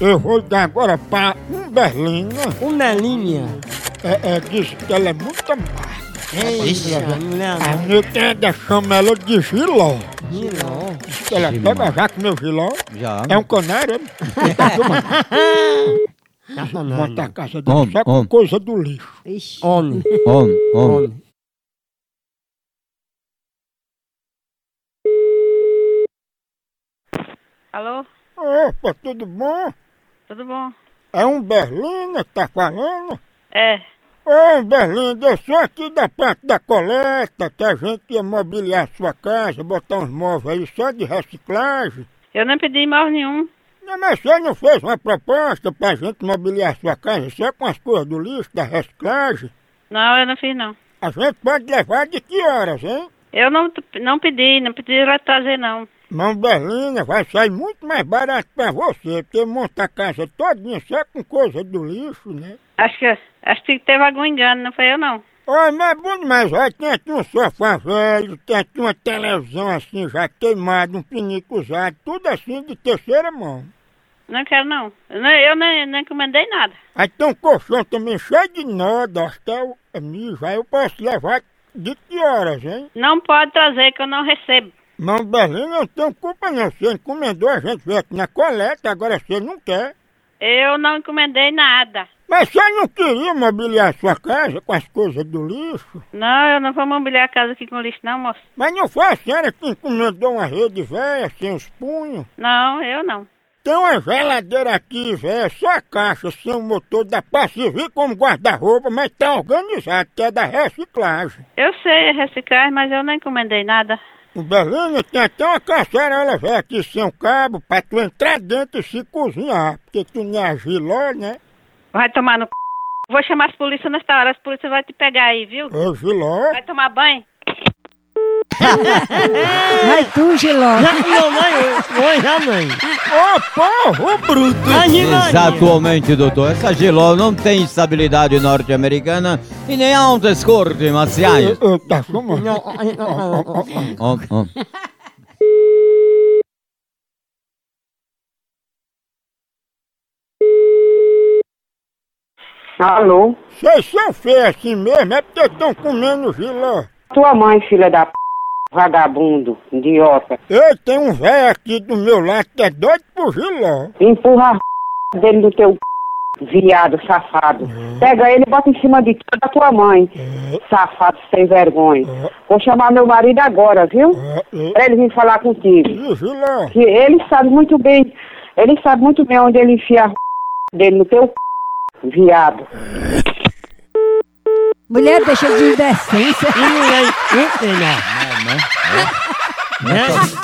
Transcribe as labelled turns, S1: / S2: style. S1: Eu vou dar agora pra Umberlina.
S2: Um Nelinha.
S1: É, é, disse que ela é muito amada.
S2: Eita, mulher.
S1: A Nutenda chama ela de giló.
S2: Milão.
S1: Diz que ela pega já com meu giló.
S3: Já.
S1: É um canário. né? Monta a tá? casa dele
S3: Homem,
S1: só com
S3: homem.
S1: coisa do lixo.
S4: Ixi.
S2: Homem.
S3: Homem, homem.
S2: Homem.
S5: Alô?
S1: Opa, tudo bom?
S5: Tudo bom?
S1: É Umberlina que tá falando?
S5: É,
S1: Ô, Berlinda, eu sou aqui da parte da coleta, que a gente ia mobiliar sua casa, botar uns móveis aí só de reciclagem.
S5: eu não pedi mal nenhum.
S1: Não, mas você não fez uma proposta pra gente mobiliar sua casa só com as coisas do lixo, da reciclagem?
S5: Não, eu não fiz não.
S1: A gente pode levar de que horas, hein?
S5: Eu não, não pedi, não pedi ela trazer não.
S1: Mão Berlina vai sair muito mais barato pra você, porque montar a casa todinha só com coisa do lixo, né?
S5: Acho que, acho que teve algum engano, não foi eu não.
S1: Olha, mas é bom demais, olha, tem aqui um sofá velho, tem aqui uma televisão assim já queimada, um pinico usado, tudo assim de terceira mão.
S5: Não quero não. Eu não, eu nem, nem encomendei nada.
S1: Aí tem um colchão também cheio de nó, da hostel, é mijo, aí eu posso levar de que horas, hein?
S5: Não pode trazer que eu não recebo.
S1: Mão Berlim não tem culpa não, você encomendou a gente veio aqui na é coleta, agora você não quer.
S5: Eu não encomendei nada.
S1: Mas você não queria mobiliar sua casa com as coisas do lixo?
S5: Não, eu não vou mobiliar a casa aqui com lixo não, moço.
S1: Mas não foi a senhora que encomendou uma rede velha, sem os punhos?
S5: Não, eu não.
S1: Tem uma geladeira aqui, velho, só a caixa, sem o motor, dá pra servir como guarda-roupa, mas tá organizado, que é da reciclagem.
S5: Eu sei reciclar, mas eu não encomendei nada.
S1: O Belina tem até uma caçarola, velho, aqui sem um cabo, pra tu entrar dentro e se cozinhar, porque tu não é giló, né?
S5: Vai tomar no c... Vou chamar as polícias nesta hora, as polícias vão te pegar aí, viu?
S1: Ô, É giló.
S5: Vai tomar banho?
S4: Vai tu, Giló.
S2: Já comeu mãe? Oi, já mãe.
S1: Ô, porro bruto!
S2: Ai, Maria.
S3: Exatamente, doutor. Essa giló não tem estabilidade norte-americana e nem altas cortes marciais.
S1: Ô, ô, tá fumando?
S2: Não, ai, não, não, não.
S3: Ó, ó.
S6: Alô?
S1: Vocês são feios assim mesmo, é porque estão comendo giló.
S6: Tua mãe, filha da p... vagabundo, idiota.
S1: Eu tenho um velho aqui do meu lado que é doido por giló.
S6: Empurra a p... dele do teu p... viado, safado. Pega ele e bota em cima de ti da tua mãe. Safado, sem vergonha. Vou chamar meu marido agora, viu?
S1: Ó, E
S6: Pra ele vir falar contigo.
S1: É, e o giló?
S6: Que ele sabe muito bem, ele sabe muito bem onde ele enfia a p... dele no teu p... viado.
S4: Mulher, deixa de indecência.
S2: E mulher, não tem nada.
S3: É, né?
S2: né?